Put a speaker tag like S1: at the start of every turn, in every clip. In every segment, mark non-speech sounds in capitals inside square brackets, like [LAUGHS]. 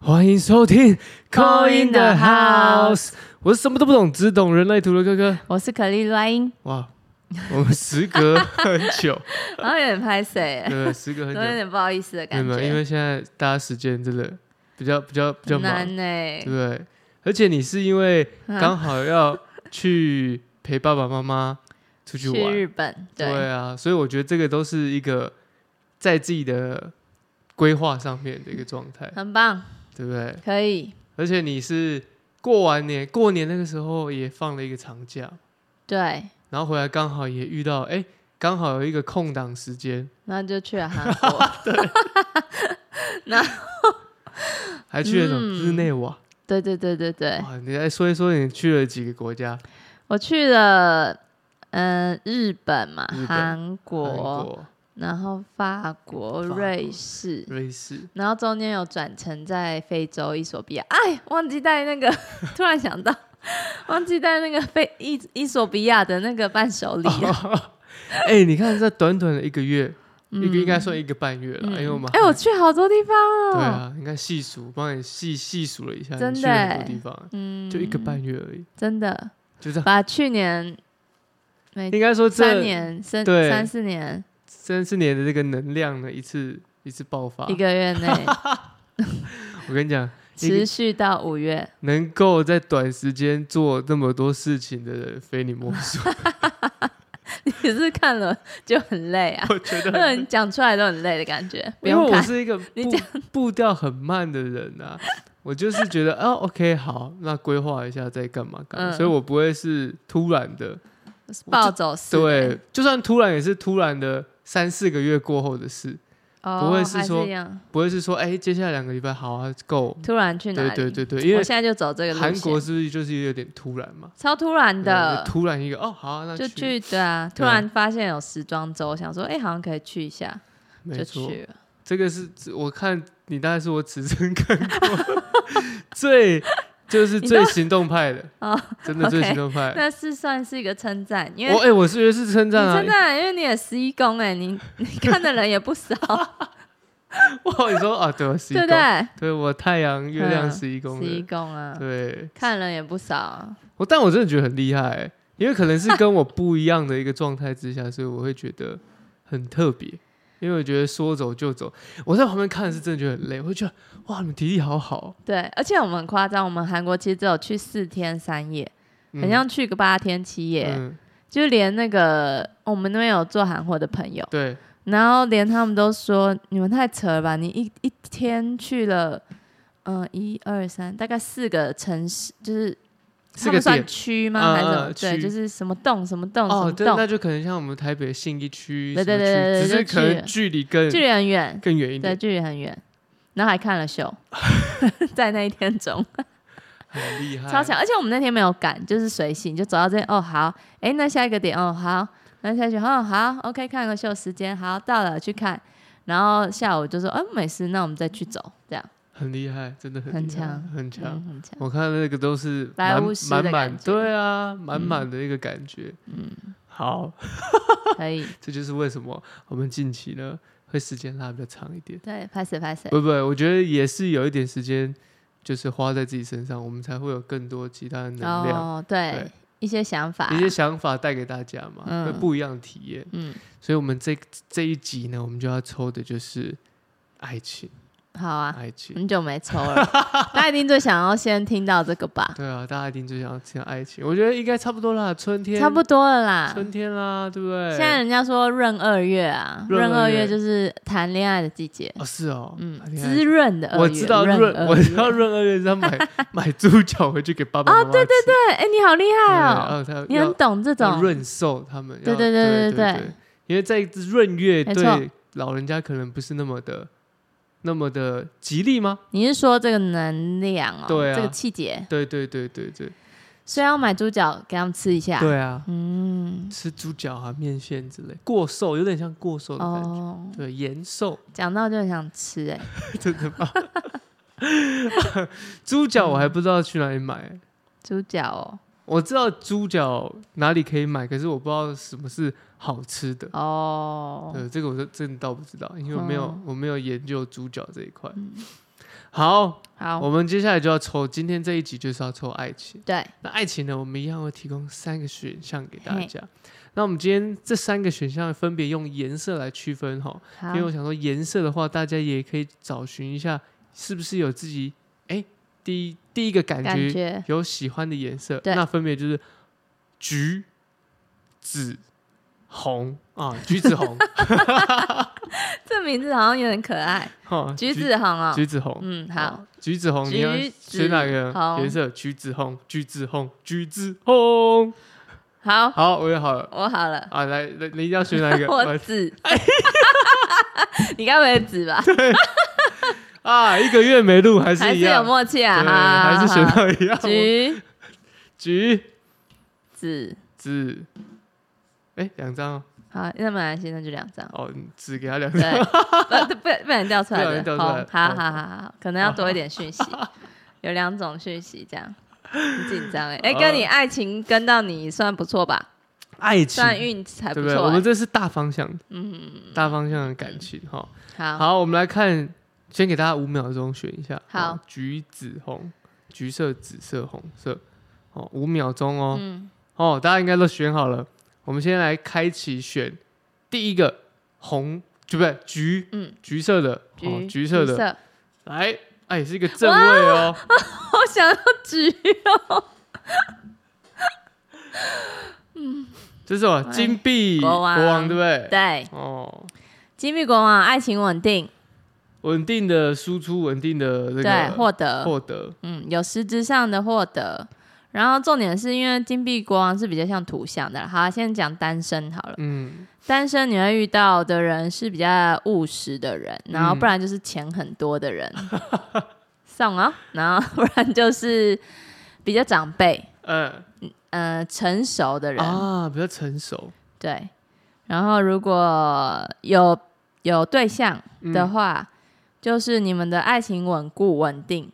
S1: 欢迎收听《
S2: Call in the House》，
S1: 我是什么都不懂，只懂人类图的哥哥。
S2: 我是可丽莱茵，
S1: 哇，我们时隔很久，
S2: 然后有点拍谁，
S1: 对，时隔很
S2: 都 [LAUGHS]
S1: 久
S2: 有，点不好意思的
S1: 没有
S2: 感
S1: 没有
S2: 觉，
S1: 因为现在大家时间真的比较比较比较
S2: 很
S1: 忙，
S2: 难呢、欸嗯
S1: 对不对？而且你是因为刚好要去陪爸爸妈妈出去
S2: 去
S1: 玩，
S2: 日本，对，
S1: 对啊，所以我觉得这个都是一个在自己的规划上面的一个状态，
S2: 很棒，
S1: 对不对？
S2: 可以，
S1: 而且你是过完年，过年那个时候也放了一个长假，
S2: 对，
S1: 然后回来刚好也遇到，哎，刚好有一个空档时间，
S2: 那就去了韩国，
S1: 还去了什么
S2: 嗯
S1: 日内瓦。
S2: [LAUGHS] 对对对对对，
S1: 哇，你来说一说你去了几个国家？
S2: 我去了，嗯、日本嘛
S1: 日本，
S2: 韩国，
S1: 韩国、
S2: 然后法
S1: 法国
S2: 国、
S1: 嗯
S2: 瑞士。
S1: 瑞士，
S2: 然后中间有转乘在非洲伊索比亚，哎，忘记带那个， [LAUGHS] 突然想到，忘记带那个非伊伊索比亚的那个伴手礼
S1: 哦
S2: 了。
S1: [LAUGHS] 哎，你看这短短的一个月，一个
S2: 嗯
S1: 应该算一个半月了，因为我们
S2: 哎、
S1: 还
S2: 我去好多地方哦。
S1: 对，啊，应该细数，帮你细细数了一下，
S2: 真
S1: 你去
S2: 的
S1: 了很
S2: 哎
S1: 多地方，
S2: 嗯，
S1: 就一个，半月而已，
S2: 真的
S1: 就这样。
S2: 把去年每
S1: 应该说这
S2: 三年、三
S1: 对
S2: 三四年
S1: 三四年的这个能量呢，一次一次爆发。
S2: 一个月内
S1: 我跟你讲，一个
S2: 持续到五月， [LAUGHS]
S1: 能够在短时间做那么多事情的人，非你莫属。
S2: 你是看了就很累啊，
S1: 我觉得
S2: 那
S1: 很，
S2: 你 [LAUGHS] 讲出来都很累的感觉， [LAUGHS] 不
S1: 因为
S2: 用
S1: 我
S2: 看。
S1: 是一个
S2: [LAUGHS] 你
S1: 步步调很慢的人啊，我就是觉得哦，OK，好，那规划一下在干嘛干嘛，
S2: 嗯
S1: 所以我不会是突然的，
S2: 暴走式的，
S1: 对，就算突然也是突然的三四个月过后的事，
S2: 哦，
S1: 不会是
S2: 还
S1: 说
S2: 一样
S1: 不会是说哎，接下来两个礼拜好啊，够，
S2: 突然去哪
S1: 对
S2: 里？
S1: 对对对，因
S2: 我
S1: 为
S2: 现在就走这个路
S1: 韩
S2: 线
S1: 国是不是就是有点突然嘛？
S2: 超突然
S1: 对
S2: 的
S1: 就，突然一个哦，好啊、那
S2: 就
S1: 去，
S2: 去对啊，突
S1: 对啊
S2: 然发现有时装周，想说哎、好像可以去一下，
S1: 没
S2: 就
S1: 错，
S2: 去了。
S1: 这个是我看你大概是我此生看过最就是
S2: 你
S1: 最
S2: 都
S1: 行动派的
S2: 哦
S1: [LAUGHS] 真的最
S2: OK，
S1: 行动派。
S2: 那是算是一个称赞，因为
S1: 哎我哎、我是觉得是称赞
S2: 你
S1: 啊！
S2: 真的，因为你也十一宫哎，你你看的人也不少，
S1: 哇，你说啊，对，我 [LAUGHS] 十一
S2: 对
S1: 宫
S2: 不，对？
S1: 对我太阳、月亮
S2: 嗯
S1: 十一宫
S2: 十一
S1: 的，
S2: 宫啊，
S1: 对
S2: 看人也不少啊。
S1: 我，但我真的觉得很厉害、因为可能
S2: [LAUGHS]
S1: 是跟我不一样的一个状态之下，所以我会觉得很特别。因为我觉得说走就走，我在旁边看是真的觉得很累，我会觉得哇，你们体力好哦好，
S2: 对，而且我们很夸张，我们韩国其实只有去四天三夜，
S1: 嗯
S2: 很像去个八天七夜，
S1: 嗯，
S2: 就连那个我们那边有做韩货的朋友，
S1: 对，
S2: 然后连他们都说你们太扯了吧，你一一天去了，嗯、一二三，大概四个城市，就是
S1: 四个
S2: 他
S1: 点
S2: 们算区吗？
S1: 嗯
S2: 还是什
S1: 嗯
S2: 么？对，
S1: 区
S2: 就是什么洞什么洞什
S1: 哦，
S2: 么
S1: 对，
S2: 洞，
S1: 那就可能像我们台北信义区，
S2: 对
S1: 什么
S2: 对对
S1: 区
S2: 对对
S1: 只是
S2: 就
S1: 可能
S2: 去
S1: 距离更
S2: 距离很远，
S1: 更远一
S2: 对，
S1: 点，
S2: 距离很远，然后还看了秀， [LAUGHS] 在那一天中
S1: 很厉害，
S2: 超强，而且我们那天没有赶，就是随性就走到这边，哦好，哎那下一个点哦好，那下去哦好，OK 看个秀时间好到了去看，然后下午就说嗯没事，那我们再去走，这样
S1: 很厉害，真的很
S2: 很
S1: 厉害
S2: 强
S1: 很强 [LAUGHS]
S2: 嗯。很强，
S1: 我看那个都是
S2: 来
S1: 满
S2: 无事的
S1: 满满，
S2: 感觉
S1: 对啊，满满的一个感觉。
S2: 嗯
S1: 好，
S2: 可以，
S1: 这就是为什么我们近期呢会时间拉比较长一点。
S2: 对，拍谁拍谁，
S1: 不不，我觉得也是有一点时间，就是花在自己身上，我们才会有更多其他的能量、
S2: 哦对
S1: 对，
S2: 一些想法
S1: 一，些想法带给大家嘛，
S2: 嗯
S1: 会不一样的体验。
S2: 嗯，
S1: 所以，我们这这一集呢，我们就要抽的就是爱情，
S2: 好啊，
S1: 爱情。
S2: 很久没抽
S1: [LAUGHS]
S2: 了，大家一定最想要先听到这个吧？
S1: 对啊，大家一定最想要听到爱情。我觉得应该差不多啦，春天，
S2: 差不多了啦。
S1: 春天啦，对不对？
S2: 现在人家说闰二月啊，
S1: 闰二
S2: 闰
S1: 月
S2: 二月就是谈恋爱的季节，
S1: 哦，是哦，
S2: 嗯
S1: 谈，恋爱
S2: 滋润的二月。
S1: 我知道
S2: 闰
S1: 润，我
S2: 二月
S1: 知道润二月是要
S2: [LAUGHS]
S1: 买买猪脚回去给爸爸妈妈吃。对对对，
S2: 对，哎，你好厉害哦，
S1: 哦，他
S2: 你很
S1: 要
S2: 懂这
S1: 要
S2: 种。
S1: 润寿他们要。
S2: 对对对
S1: 对
S2: 对对
S1: 对，因为在闰月
S2: 没错
S1: 对老人家可能不是那么的那么的吉利吗？
S2: 你是说这个能量哦，
S1: 对啊
S2: 这个气节，
S1: 对对对对对
S2: 所以要买猪脚给他们吃一下。
S1: 对啊，
S2: 嗯，
S1: 吃猪脚啊、面线之类，过瘦有点像过瘦的感觉。
S2: 哦，
S1: 对，延寿 [LAUGHS]
S2: 讲到就很想吃，哎，
S1: 真的吗？ [LAUGHS] 猪脚我还不知道去哪里买、
S2: 猪脚哦，
S1: 我知道猪脚哪里可以买，可是我不知道什么是好吃的。
S2: 哦，
S1: 呃，这个我是真的倒不知道，因为我没有、
S2: 哦嗯
S1: 我没有研究猪脚这一块。好，
S2: 好，
S1: 我们接下来就要抽，今天这一集就是要抽爱情。
S2: 对，
S1: 那爱情呢，我们一样会提供三个选项给大
S2: 嘿
S1: 家。那我们今天这三个选项分别用颜色来区分哈，
S2: 好
S1: 因为，我想说颜色的话，大家也可以找寻一下，是不是有自己哎、第一第一个感
S2: 感
S1: 觉
S2: 觉
S1: 有喜欢的颜色，
S2: 对
S1: 那分别就是橘、紫、红啊，橘子红，
S2: 这名字好像有点可爱，
S1: 哈，
S2: [LAUGHS] 橘子红哦，
S1: 橘子红，
S2: 嗯，好，
S1: 啊，橘子红，你要
S2: 橘子
S1: 选哪个
S2: 红
S1: 颜色？橘子红，橘子红，橘子红。
S2: 好，
S1: 好，我也好了
S2: 我好了，
S1: 啊，来，来你一定要选哪一个？
S2: [LAUGHS] 我
S1: 来
S2: 紫，你该不会
S1: [LAUGHS]
S2: 紫吧？
S1: 啊，一个月没录还
S2: 还
S1: 是
S2: 是
S1: 一
S2: 有
S1: 样，
S2: 默契啊，
S1: 对
S2: 哈，
S1: 还是选
S2: 好
S1: 到一样。
S2: [LAUGHS] 橘
S1: 橘
S2: 紫，
S1: 子，哎，两张哦
S2: 好，那马来西亚就两
S1: [LAUGHS]
S2: 张。
S1: 哦，你只给他两张。
S2: 对，不不不然掉出来
S1: 不
S2: 的
S1: 然掉，出来
S2: 好，
S1: 好
S2: 好好好好，可能要多一点讯息， [LAUGHS] 有两种讯息这样，很紧张
S1: [LAUGHS]
S2: 哎，哎，
S1: 好
S2: 跟你爱情跟到你算不错吧，
S1: 爱情，
S2: 算运气还
S1: 对
S2: 不
S1: 不对？我
S2: 错
S1: 们
S2: 欸，
S1: 这是大方向，
S2: 嗯，
S1: 大方向的感情哈。
S2: 好，
S1: 好，我们来看，先给大家五秒钟选一下。
S2: 好
S1: 哦，橘子红，橘色、紫色、红色。哦，五秒钟哦。
S2: 嗯，
S1: 哦，大家应该都选好了。我们先来开启选第一个红，对不对？橘，
S2: 嗯，
S1: 橘色的，哦
S2: 橘，
S1: 橘色的，
S2: 的，
S1: 来，哎，是一个正位哦。
S2: [LAUGHS] 我想要橘哦，
S1: 这是什么？
S2: 哎
S1: 金币
S2: 国王
S1: 对不对？
S2: 对，
S1: 哦，
S2: 金币国王爱情稳定，
S1: 稳定的输出，稳定的这
S2: 对，
S1: 个
S2: 获得，
S1: 获得，
S2: 嗯，有实质上的获得。然后重点是因为金币国王是比较像图像的啦，好，先讲单身好了。
S1: 嗯，
S2: 单身你会遇到的人是比较务实的人，然后不然就是钱很多的人， [LAUGHS] 上啊，然后不然就是比较长辈，
S1: 嗯
S2: 呃，成熟的人，
S1: 啊，比较成熟
S2: 对。然后如果有有对象的
S1: 嗯
S2: 话，就是你们的爱情稳固、稳定、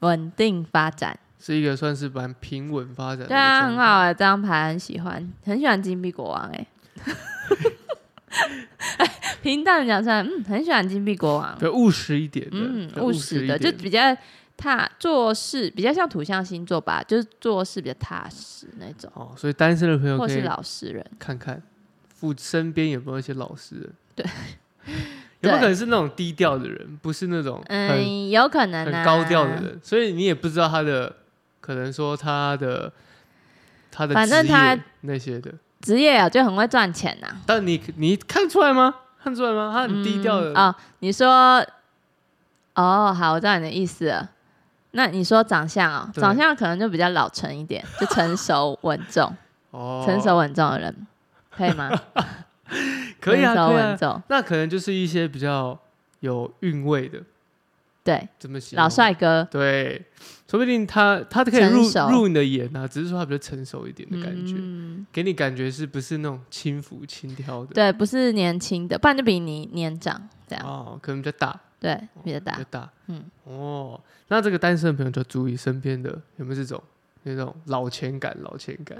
S2: 稳定发展。
S1: 是一个算是蛮平稳发展的一个
S2: 对啊，
S1: 状
S2: 很
S1: 态
S2: 好。啊，这张牌很喜欢，很喜欢金币国王哎、欸。 [LAUGHS] 平淡地讲出来，嗯，很喜欢金币国王
S1: 比，较务实一点的，
S2: 嗯
S1: 比，较
S2: 务
S1: 实
S2: 实
S1: 一
S2: 的，就
S1: 点
S2: 比较踏做事，比较像土象星座吧，就是做事比较踏实那种，
S1: 哦，所以单身的朋友
S2: 或
S1: 可
S2: 是
S1: 以
S2: 老实人。
S1: 看看，附身边有没有一些老实人，
S2: 对，
S1: [LAUGHS] 有没有
S2: 对
S1: 可能是那种低调的人，不是那种很
S2: 嗯，有可能、啊、
S1: 很高调的，人，所以你也不知道他的，可能说他的他的
S2: 反正
S1: 职业
S2: 他
S1: 那些的，
S2: 职业啊就很会赚钱呐、
S1: 但你你看出来吗？看出来吗？他很低调的
S2: 嗯、哦，你说，哦，好，我知道你的意思了。那你说长相哦，
S1: 对
S2: 长相可能就比较老成一点，就成熟稳重、
S1: 哦，
S2: 成熟稳重的人，可以吗？
S1: [LAUGHS] 可以啊，
S2: 成熟
S1: 可以
S2: 稳
S1: 啊。
S2: 重，
S1: 那可能就是一些比较有韵味的，
S2: 对，
S1: 怎么形容
S2: 老帅哥
S1: 对，说不定他他可以入
S2: 成熟
S1: 入你的眼啊，只是说他比较成熟一点的感觉，
S2: 嗯
S1: 给你感觉是不是那种轻浮轻佻的？
S2: 对，不是年轻的，不然就比你年长这样，
S1: 哦，可能比较大，
S2: 对，比较
S1: 比
S2: 大
S1: 较。大，嗯
S2: 嗯，
S1: 哦，那这个单身的朋友就要注意身边的有没有这种那种老钱感，老钱感。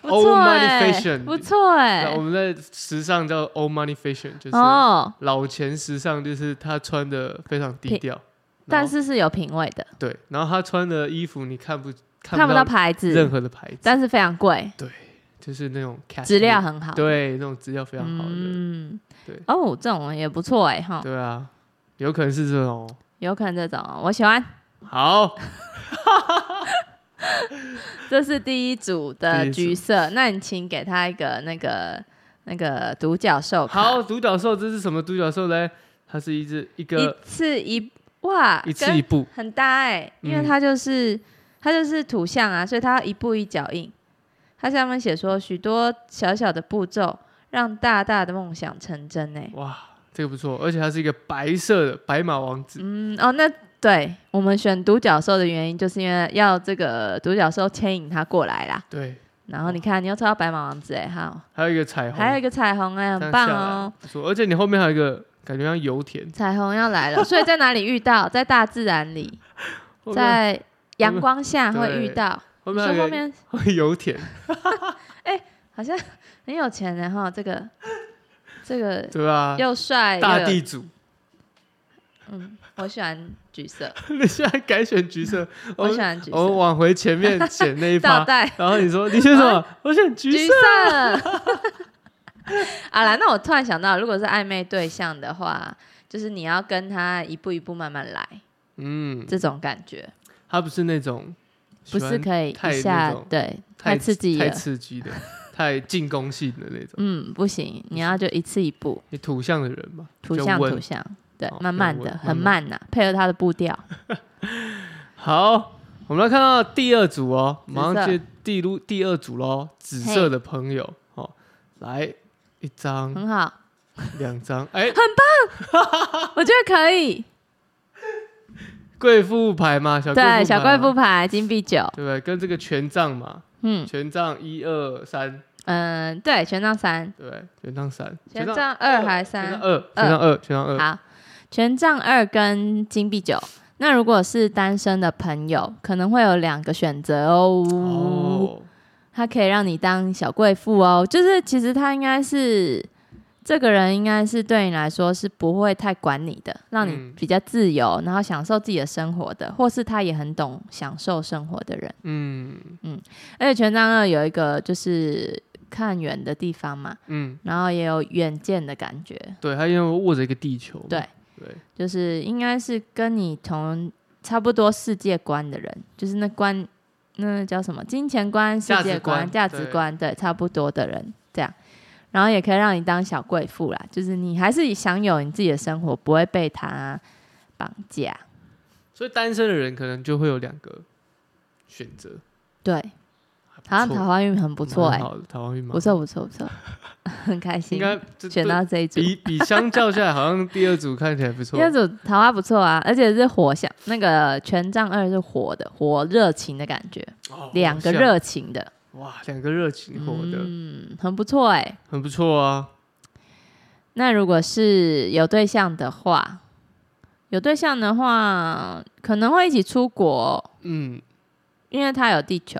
S2: 不错
S1: old money
S2: 哎、
S1: fashion
S2: 不错哎、
S1: 那我们在时尚叫 old money fashion，就是
S2: 哦，
S1: 老钱时尚，就是他穿的非常低
S2: 平
S1: 调，然
S2: 但
S1: 后
S2: 是是有品味的，
S1: 对，然后他穿的衣服你看不看
S2: 看不
S1: 不到
S2: 到牌
S1: 任
S2: 子，
S1: 何的牌子，
S2: 但是非常贵，
S1: 就是那种 cashmere，
S2: 质量很好。
S1: 对，那种质量非常好的，
S2: 嗯
S1: 对，
S2: 哦，这种也不错哎哈，
S1: 对啊，有可能是这种。
S2: 有可能这种哦我喜欢。
S1: 好，
S2: 这是第一组的
S1: 第一组
S2: 橘色，那你请给他一个那个那个独角兽卡，
S1: 好，独角兽这是什么独角兽嘞？它是一只一
S2: 一
S1: 个
S2: 次一哇，
S1: 一次
S2: 跟
S1: 一步，
S2: 很搭哎，因为
S1: 嗯
S2: 它就是、它就是土象啊，所以它要一步一脚印。它上面写说许多小小的步骤，让大大的梦想成真哎。
S1: 哇，这个不错，而且它是一个白色的白马王子，
S2: 嗯哦，那对我们选独角兽的原因，就是因为要这个独角兽牵引它过来啦。
S1: 对，
S2: 然后你看，你又抽到白马王子哎，好，
S1: 还有一个彩虹，
S2: 还有一个彩虹哎，
S1: 这
S2: 很
S1: 样
S2: 棒
S1: 下来
S2: 哦。，
S1: 不错，而且你后面还有一个感觉像油田，
S2: 彩虹要来
S1: [LAUGHS]
S2: 了，所以在哪里遇到？在大自然里，
S1: 后面
S2: 在阳光下
S1: 对
S2: 会遇到。
S1: 后
S2: 你
S1: 面
S2: 说
S1: 还有
S2: 后
S1: 一个
S2: 面
S1: [LAUGHS] 油田，
S2: 好像很有钱然后这个这个
S1: [LAUGHS] 对吧？
S2: 又帅
S1: 啊大
S2: 又有
S1: 地主，
S2: 嗯，我喜欢橘色，
S1: [LAUGHS] 你现在改选橘色， [LAUGHS] 我
S2: [LAUGHS] 我喜
S1: 们
S2: 欢橘
S1: 我们
S2: 色，
S1: 往回前面选那一
S2: 倒 [LAUGHS]
S1: 趴，
S2: 带
S1: 然后你说你选什么？我选橘
S2: 啊橘
S1: 色。
S2: 色。 [LAUGHS] 好啦，那我突然想到，如果是暧昧对象的话，就是你要跟他一步一步慢慢来，
S1: 嗯，
S2: 这种感觉
S1: 他不是那种
S2: 不
S1: 喜欢
S2: 是可以
S1: 太
S2: 一
S1: 那
S2: 下
S1: 种
S2: 对
S1: 太
S2: 太刺激
S1: 太
S2: 了，
S1: 刺激
S2: [LAUGHS]
S1: 的、太进攻性的那种。
S2: 嗯，不行，你要就一次一步，
S1: 你土象的人嘛，
S2: 图
S1: 就
S2: 像
S1: 温
S2: 图像，对
S1: 好，
S2: 慢
S1: 要
S2: 慢
S1: 稳
S2: 的，
S1: 慢
S2: 很
S1: 慢
S2: 慢呐、配合他的步调。
S1: 好，我们来看到第二组哦，马上
S2: 紫色
S1: 接第入第二组喽，紫色的朋友哦，来一张、
S2: 很好，
S1: 两张，哎、
S2: 我觉得可以。
S1: 贵妇牌嘛，小贵妇啊牌嘛
S2: 对，小贵妇，牌金币九，
S1: 对不对？跟这个权杖嘛，
S2: 嗯
S1: 权杖一二三，
S2: 嗯，对，权杖三，
S1: 对不对？权杖三，
S2: 权杖二还是
S1: 权
S2: 三
S1: 杖？二，权杖二，权杖二，
S2: 好，权杖二跟金币九。那如果是单身的朋友，可能会有两个选择哦。
S1: 哦，
S2: 他可以让你当小贵妇哦，就是其实他应该是这个人，应该是对你来说是不会太管你的，让你
S1: 嗯
S2: 比较自由，然后享受自己的生活的，或是他也很懂享受生活的人。
S1: 嗯
S2: 而且权杖二有一个就是看远的地方嘛，
S1: 嗯，
S2: 然后也有远见的感觉，
S1: 对，他因为握着一个地球嘛，
S2: 对
S1: 对，
S2: 就是应该是跟你同差不多世界观的人，就是那观那叫什么金钱观、世
S1: 价值
S2: 界观、
S1: 观
S2: 价值观，对，差不多的人这样，然后也可以让你当小贵妇啦，就是你还是享有你自己的生活，不会被他绑架。
S1: 所以单身的人可能就会有两个选择，
S2: 对，好像
S1: 不错
S2: 桃花运很不错
S1: 蛮
S2: 哎、
S1: 好的桃花运嘛
S2: 不，错不错不错， [LAUGHS] 很开
S1: 应
S2: 心，
S1: 该这
S2: 选到这一组。
S1: 比比相较下来，好像第二组看起来不错
S2: [LAUGHS] 第。二组桃花不错啊，而且是火象，那个权杖二是火的，火热情的感觉，
S1: 哦
S2: 两个热情的，
S1: 哇，两个热情火的，
S2: 嗯，很不错哎、
S1: 很不错啊。
S2: 那如果是有对象的话，有对象的话可能会一起出国，
S1: 嗯，
S2: 因为他有地球，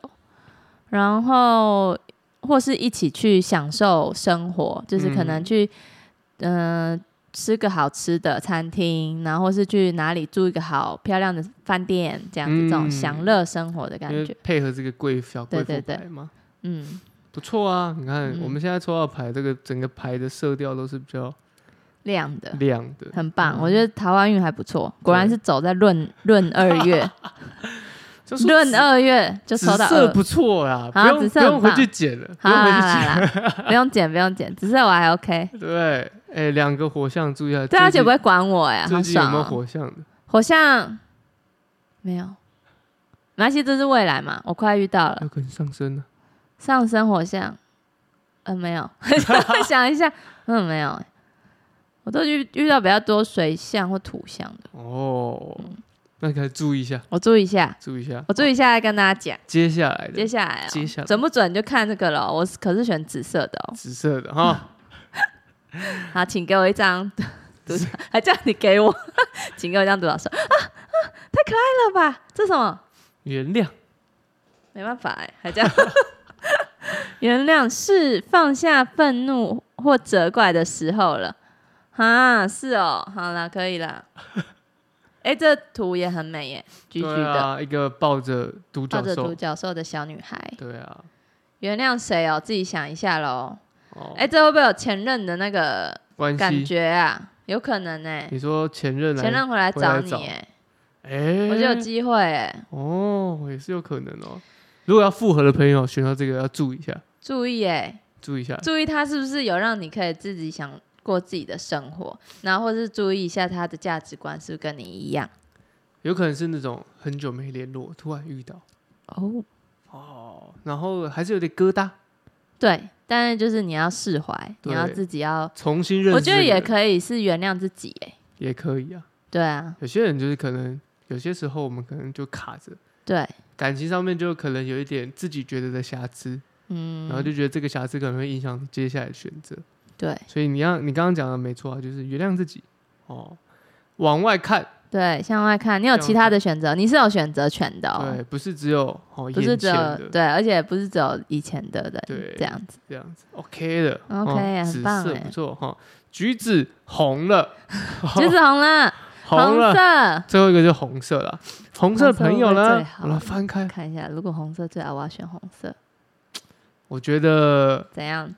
S2: 然后或是一起去享受生活，就是可能
S1: 嗯
S2: 去，嗯、吃个好吃的餐厅，然后或是去哪里住一个好漂亮的饭店，这样子、这种
S1: 嗯
S2: 享乐生活的感
S1: 因为
S2: 觉，
S1: 配合这个贵小贵妇
S2: 对对
S1: 牌
S2: 对
S1: 嘛，
S2: 嗯，
S1: 不错啊。你看
S2: 嗯
S1: 我们现在抽到牌，这个整个牌的色调都是比较
S2: 亮的，
S1: 亮的。
S2: 很棒，我觉得桃花运还不错，果然是走在闰闰二月，
S1: 就说
S2: 闰二月就
S1: 紫
S2: 抽到
S1: 色
S2: 二。
S1: 不错啦，不
S2: 好
S1: 用
S2: 紫
S1: 不
S2: 色很
S1: 用回
S2: 棒
S1: 去剪了，不
S2: 好
S1: 用
S2: 啦
S1: 回去
S2: 啦
S1: 剪。
S2: 啦啦，不用剪不用剪，只是我还 OK。
S1: 对，哎，两个火象注意一下。
S2: 对啊，而且
S1: 最
S2: 不
S1: 近
S2: 会管我哎，好
S1: 最近有
S2: 爽
S1: 没有
S2: 哦。
S1: 火象的？
S2: 火象没有，没关系，这是未来嘛，我快遇到了。
S1: 有可能上升啊了。
S2: 上升火象，呃，没有，想一下，嗯，没有欸。我都遇遇到比较多水象或土象的，
S1: 哦，
S2: 嗯
S1: 那该注意一下，
S2: 我注意一下，
S1: 注意一下。
S2: 我注意一下再跟大家讲。
S1: 接下来的
S2: 接下来、哦，
S1: 接下来
S2: 准不准就看这个了哦。我是可是选紫色的哦。
S1: 紫色的
S2: [LAUGHS]
S1: 哈，
S2: 好，请给我一张 [LAUGHS] 独角，还叫你给我， [LAUGHS] 请给我一张独角兽啊啊！太可爱了吧？这什么？
S1: 原谅。
S2: 没办法哎、还这样。 [LAUGHS] 原谅是放下愤怒或责怪的时候了啊！是哦，好啦，可以啦。 [LAUGHS] 哎、这图也很美耶，橘橘
S1: 对
S2: 的，
S1: 啊，一个抱着独
S2: 抱
S1: 角
S2: 着独
S1: 兽，
S2: 角兽的小女孩。
S1: 对啊，
S2: 原谅谁哦？自己想一下喽。
S1: 哦，
S2: 哎、这会不会有前任的那个
S1: 关
S2: 感
S1: 系，
S2: 觉啊，有可能呢、
S1: 你说前任来，
S2: 前任回来
S1: 回来
S2: 找你、
S1: 找
S2: 欸，
S1: 哎，
S2: 我觉得有机会、欸，
S1: 哦，也是有可能哦。如果要复合的朋友选到这个要注意一下，
S2: 注意、欸，
S1: 注意一下，
S2: 注意他是不是有让你可以自己想过自己的生活，然后或是注意一下他的价值观是不是跟你一样。
S1: 有可能是那种很久没联络，突然遇到，
S2: 哦，
S1: 哦，然后还是有点疙瘩，
S2: 对，但是就是你要释怀，
S1: 对
S2: 你要自己要，
S1: 重新认识
S2: 我
S1: 这
S2: 觉
S1: 个
S2: 得
S1: 人，
S2: 也可以是原谅自己、欸，
S1: 也可以啊。
S2: 对啊，
S1: 有些人就是可能有些时候我们可能就卡着。
S2: 对，
S1: 感情上面就可能有一点自己觉得的瑕疵，然后
S2: 嗯，
S1: 就觉得这个瑕疵可能会影响接下来的选择，
S2: 对
S1: 所以你要你刚刚讲的没错啊，就是原谅自己哦，往外看，
S2: 对，向外看，你有其他的选择，你是有选择权的哦。
S1: 对，不是只有哦
S2: 不是
S1: 眼
S2: 只
S1: 前
S2: 有
S1: 的
S2: 对，而且不是只有以前的人
S1: 对
S2: 这样子。
S1: 这样子，OK 的
S2: OK，
S1: 哦
S2: 很
S1: 紫
S2: 棒
S1: 色
S2: 哎
S1: 不错哈、橘子红了，
S2: [LAUGHS] 橘子红了，
S1: [LAUGHS] 红了。
S2: 色，
S1: 最后一个就红色了，红色的朋友
S2: 红色会不会
S1: 呢
S2: 最？好
S1: 我来翻开，
S2: 看一下，如果红色最好，我要选红色，
S1: 我觉得
S2: 怎样？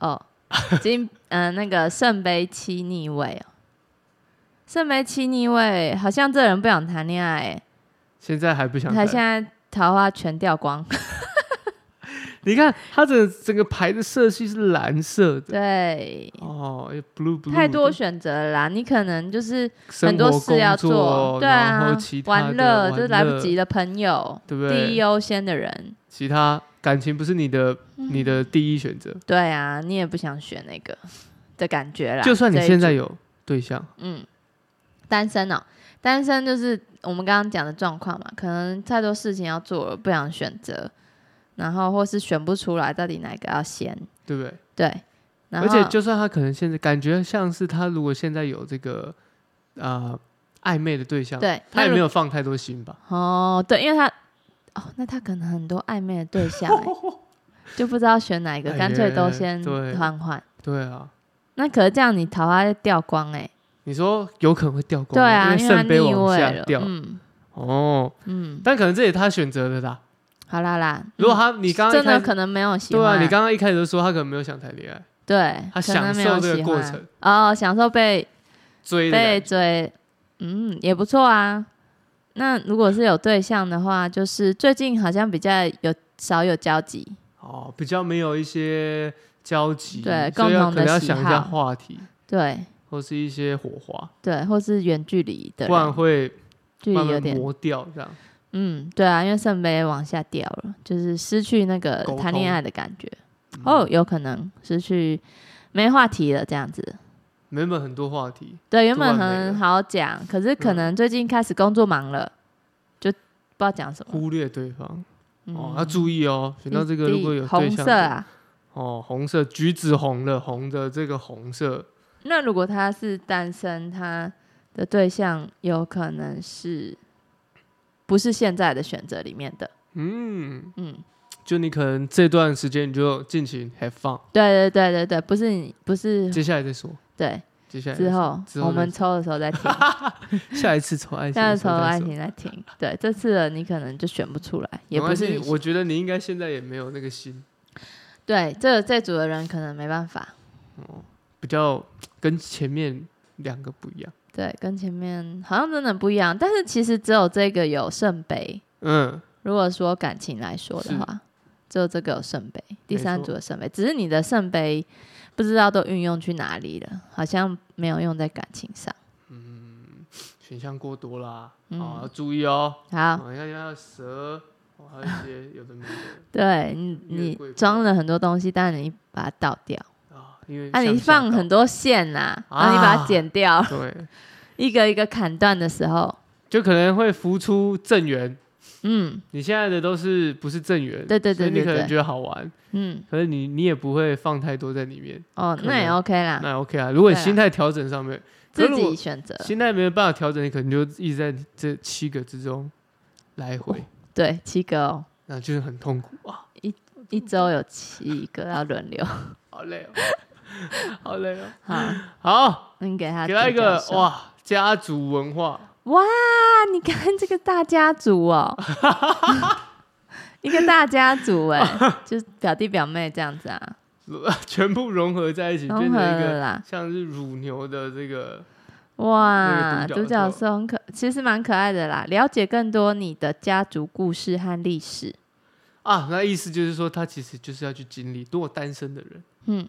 S2: 哦，金，嗯、那个圣杯七逆位哦，圣杯七逆位，好像这人不想谈恋爱欸，
S1: 现在还不想
S2: 他
S1: 带
S2: 现在桃花全掉
S1: [LAUGHS]
S2: 光，
S1: 你看它整整个牌的色系是蓝色的
S2: 对，
S1: 哦，blue blue，
S2: 太多
S1: 的
S2: 选择了啦，你可能就是
S1: 生
S2: 很多
S1: 活
S2: 事要
S1: 工作
S2: 对
S1: 然
S2: 啊
S1: 后其，他的
S2: 玩乐
S1: 玩
S2: 就是来不及的朋友，
S1: 对不
S2: 第一
S1: 对？
S2: 优先的人，
S1: 其他感情不是你的你的第一选择，
S2: 嗯对啊，你也不想选那个的感觉啦。
S1: 就算你
S2: 这一
S1: 现在有对象，
S2: 嗯单身哦，单身就是我们刚刚讲的状况嘛，可能太多事情要做了，不想选择，然后或是选不出来到底哪个要先，
S1: 对不对？
S2: 对，然
S1: 而
S2: 后
S1: 且就算他可能现在感觉像是他如果现在有这个呃暧昧的对象，
S2: 对，
S1: 他也
S2: 那
S1: 没
S2: 如
S1: 有放太多心吧？
S2: 哦，对，因为他哦，那他可能很多暧昧的对象、
S1: [LAUGHS]
S2: 欸就不知道选哪一个，
S1: 哎
S2: 干脆都
S1: 呀
S2: 先
S1: 对
S2: 换换。
S1: 对啊，
S2: 那可是这样，你桃花会掉光哎、欸，
S1: 你说有可能会掉光
S2: 对
S1: 吗，
S2: 啊，因
S1: 因
S2: 为他
S1: 圣杯
S2: 逆
S1: 往
S2: 位
S1: 下
S2: 了，
S1: 掉、
S2: 嗯
S1: 哦，
S2: 嗯，
S1: 但可能这也他选择的啦。
S2: 好啦啦，嗯
S1: 如果他你刚刚一
S2: 真
S1: 开
S2: 的
S1: 始
S2: 可能没有喜欢，
S1: 对啊，你刚刚一开始就说他可能没有想谈恋爱，
S2: 对，
S1: 他
S2: 可能
S1: 享
S2: 没有
S1: 受这个
S2: 喜
S1: 过
S2: 欢
S1: 程
S2: 哦，享受被
S1: 追的感
S2: 被
S1: 觉
S2: 追，嗯，也不错啊。那如果是有对象的话，就是最近好像比较有少有交集，
S1: 哦，比较没有一些交集，
S2: 对
S1: 所以要
S2: 共同
S1: 可
S2: 的
S1: 能要
S2: 喜
S1: 想一下
S2: 好
S1: 话题
S2: 对
S1: 或是一些火花，
S2: 对，或是远距离的
S1: 不然
S2: 人，
S1: 会
S2: 距
S1: 慢
S2: 离有
S1: 慢
S2: 点，
S1: 磨掉这样。
S2: 嗯，对啊，因为圣杯往下掉了，就是失去那个
S1: 沟
S2: 谈恋
S1: 通嗯
S2: 爱的感觉，哦，有可能失去没话题了这样子。
S1: 原本很多话题，
S2: 对，原
S1: 突
S2: 本
S1: 然没
S2: 很
S1: 了
S2: 好讲，可是可
S1: 嗯
S2: 能最近开始工作忙了，就不知道讲什么。
S1: 忽略对方、哦，
S2: 嗯
S1: 要注意哦。选到这个如果有对
S2: 红
S1: 象
S2: 色
S1: 的，
S2: 啊，
S1: 哦，红色橘子红了，红的这个红色，
S2: 那如果他是单身，他的对象有可能是不是现在的选择里面的？
S1: 嗯，
S2: 嗯，
S1: 就你可能这段时间你就尽情 have fun，
S2: 对对对对对，不是你不是
S1: 接下来再说，
S2: 对
S1: 接下来再
S2: 嗯之
S1: 说
S2: 后
S1: 之后
S2: 我们
S1: 再
S2: 抽的时候
S1: [LAUGHS]
S2: 再听，
S1: 下一次抽爱情
S2: 下
S1: 的
S2: 次
S1: 时
S2: 抽
S1: 候再说，
S2: 爱情再听。对，这次的你可能就选不出来，
S1: 没
S2: 也不
S1: 关
S2: 是
S1: 系
S2: 你
S1: 我觉得你应该现在也没有那个心，
S2: 对这这组的人可能没办法。
S1: 比较跟前面两个不一样。
S2: 对，跟前面好像真的不一样，但是其实只有这个有圣杯。
S1: 嗯，
S2: 如果说感情来说的
S1: 是
S2: 话，只有这个有圣杯，第
S1: 没
S2: 三
S1: 错
S2: 组的圣杯，只是你的圣杯不知道都运用去哪里了，好像没有用在感情上。
S1: 选项过多啦，
S2: 嗯
S1: 啊，要注意哦。
S2: 好，
S1: 啊，你看，你看蛇，哦，还有一些有的没的
S2: 对你
S1: 月
S2: 你
S1: 桂
S2: 装了很多东西，但你把它倒掉，
S1: 啊，因为
S2: 啊，
S1: 像
S2: 你
S1: 下
S2: 放
S1: 到
S2: 很多线呐、啊，然后你把它
S1: 啊
S2: 剪掉， [LAUGHS]
S1: 对，
S2: 一个一个砍断的时候，
S1: 就可能会浮出正缘。
S2: 嗯
S1: 你现在的都是不是正缘？
S2: 对对
S1: 所以
S2: 对
S1: 你
S2: 对
S1: 可能
S2: 对
S1: 觉得好玩，
S2: 嗯，
S1: 可是你你也不会放太多在里面，
S2: 哦，
S1: 可
S2: 那也
S1: 能
S2: OK 啦，
S1: 那 OK 啊。如果你
S2: 对啊
S1: 心态调整上面，可
S2: 自
S1: 是如
S2: 己
S1: 果
S2: 选择，
S1: 心态没有办法调整，你可能就一直在这七个之中来
S2: 哦
S1: 回，
S2: 对，七个哦。
S1: 那就是很痛苦啊，
S2: 一周有七个要轮流。
S1: 好累
S2: [LAUGHS]
S1: 哦，好累哦。
S2: 好，
S1: 好，
S2: 你给他
S1: 给他一
S2: 独角
S1: 个
S2: 兽
S1: 哇，家族文化，
S2: 哇！你看这个大家族哦， [LAUGHS] 一个大家
S1: [LAUGHS]
S2: 族哎、就是表弟表妹这样子啊，
S1: 全部融合在一起，变
S2: 融合
S1: 成一
S2: 了
S1: 个
S2: 啦。
S1: 像是乳牛的这个
S2: 哇，
S1: 那个
S2: 独
S1: 独角兽
S2: 角兽很可，其实蛮可爱的啦。了解更多你的家族故事和历史，
S1: 啊，那意思就是说，他其实就是要去经历，如果单身的人。
S2: 嗯。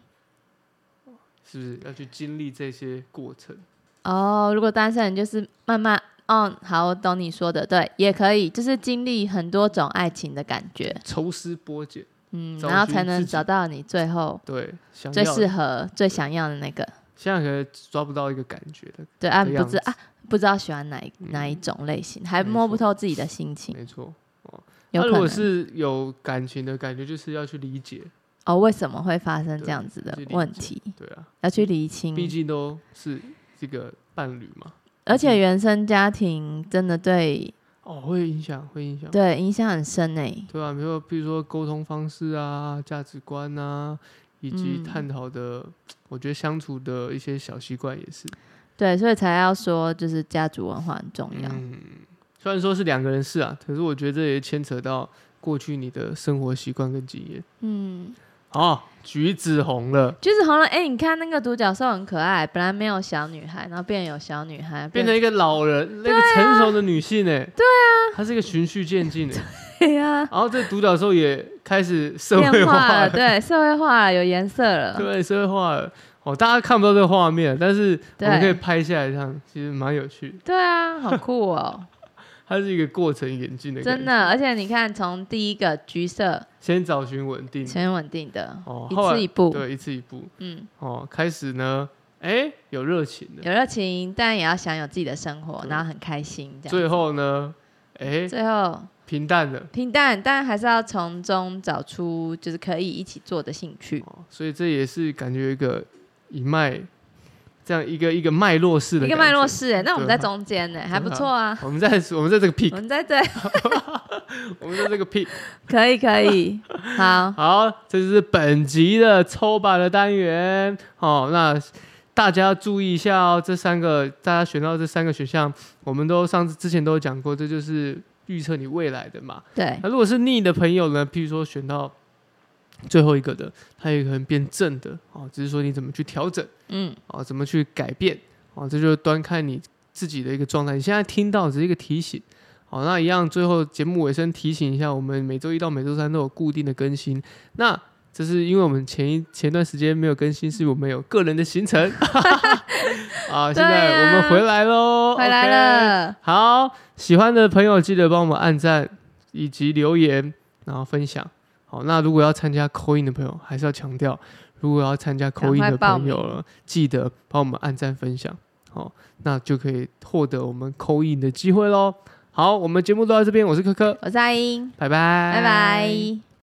S1: 是不是要去经历这些过程？
S2: 哦，如果单身人就是慢慢，嗯、好，我懂你说的，对，也可以，就是经历很多种爱情的感觉，
S1: 抽丝剥茧，
S2: 嗯，
S1: 找
S2: 然后
S1: 寻
S2: 才能
S1: 自己
S2: 找到你最后
S1: 对，想
S2: 最
S1: 要
S2: 适合、最想要的那个。
S1: 现在可能抓不到一个感觉的，
S2: 对，啊，
S1: 的
S2: 不
S1: 样
S2: 知
S1: 子嗯
S2: 啊，不知道喜欢哪一哪一种类型，还
S1: 没
S2: 摸不
S1: 错
S2: 透自己的心情，
S1: 没错。那
S2: 有可
S1: 如果
S2: 能
S1: 是有感情的感觉，就是要去理解，
S2: 哦，为什么会发生这
S1: 对
S2: 样子的
S1: 去理
S2: 问
S1: 解
S2: 题，
S1: 对啊，
S2: 要去厘清。
S1: 毕竟都是这个伴侣嘛，
S2: 而
S1: 嗯
S2: 且原生家庭真的对
S1: 哦，会影响，会影响，
S2: 对影响很深欸诶。
S1: 对啊，比如说，比如说沟通方式啊、价值观啊，以及
S2: 嗯
S1: 探讨的，我觉得相处的一些小习惯也是，
S2: 对，所以才要说就是家族文化很重要。
S1: 嗯，虽然说是两个人事啊，可是我觉得这也牵扯到过去你的生活习惯跟经验。
S2: 嗯，
S1: 好，橘子哦红了，
S2: 橘子红了，哎、你看那个独角兽很可爱，本来没有小女孩，然后变有小女孩，
S1: 变成一个老人，那个成熟的女性哎、对啊，它是一个循序渐进的、
S2: 对呀、
S1: 然后这独角兽也开始社会
S2: 变
S1: 化
S2: 化
S1: 了，
S2: 了，对，社会化了，有颜色了。
S1: 对，社会化了。哦，大家看不到这个画面，但是我们
S2: 对
S1: 可以拍下来，这样其实蛮有趣的。
S2: 对啊，好酷哦，
S1: 它是一个过程演进的感觉，
S2: 真的！而且你看，从第一个橘色
S1: 先找寻稳定，
S2: 全稳定的，
S1: 嗯哦
S2: 一
S1: 后来
S2: 次一步，
S1: 对，一次一步，
S2: 嗯，
S1: 哦，开始呢，哎，有热情的，
S2: 有热情，但也要享有自己的生活，
S1: 对
S2: 然后很开心，这样。
S1: 最后呢，哎，
S2: 最后
S1: 平淡的，
S2: 平淡，但还是要从中找出就是可以一起做的兴趣，
S1: 哦，所以这也是感觉一个一脉，这样一个一个脉络式的
S2: 一个
S1: 感
S2: 脉络
S1: 觉。
S2: 式哎，那我们
S1: 对
S2: 在
S1: 啊
S2: 中间呢，还
S1: 真
S2: 不
S1: 的啊
S2: 错
S1: [LAUGHS]
S2: 啊。
S1: 我们在我们在这个
S2: 我 [LAUGHS]
S1: peak，
S2: 们在这，
S1: 我们在这个 peak。
S2: 可以可
S1: [LAUGHS]
S2: 以，好，
S1: 好，这就是本集的抽吧的单元。哦，那大家注意一下哦，这三个大家选到这三个选项，我们都上次之前都有讲过，这就是预测你未来的嘛。
S2: 对，
S1: 那如果是逆的朋友呢，譬如说选到最后一个的，它也可能变正的哦，只是说你怎么去调整
S2: 嗯，
S1: 哦，怎么去改变哦，这就端看你自己的一个状态。你现在听到只是一个提醒。好，那一样，最后节目尾声提醒一下，我们每周一到每周三都有固定的更新。那这是因为我们前一前段时间没有更新，是我们有个人的行程。 [LAUGHS] 啊，现在我们回来喽，
S2: 回
S1: 哦
S2: 来
S1: OK
S2: 了，
S1: 好，喜欢的朋友记得帮我们按赞以及留言，然后分享。好，那如果要参加扣印的朋友，还是要强调，如果要参加扣印的朋友了，记得帮我们按赞分享。好，那就可以获得我们扣印的机会喽。好，我们节目都到这边，我是科科，
S2: 我是阿英，
S1: 拜拜，
S2: 拜拜。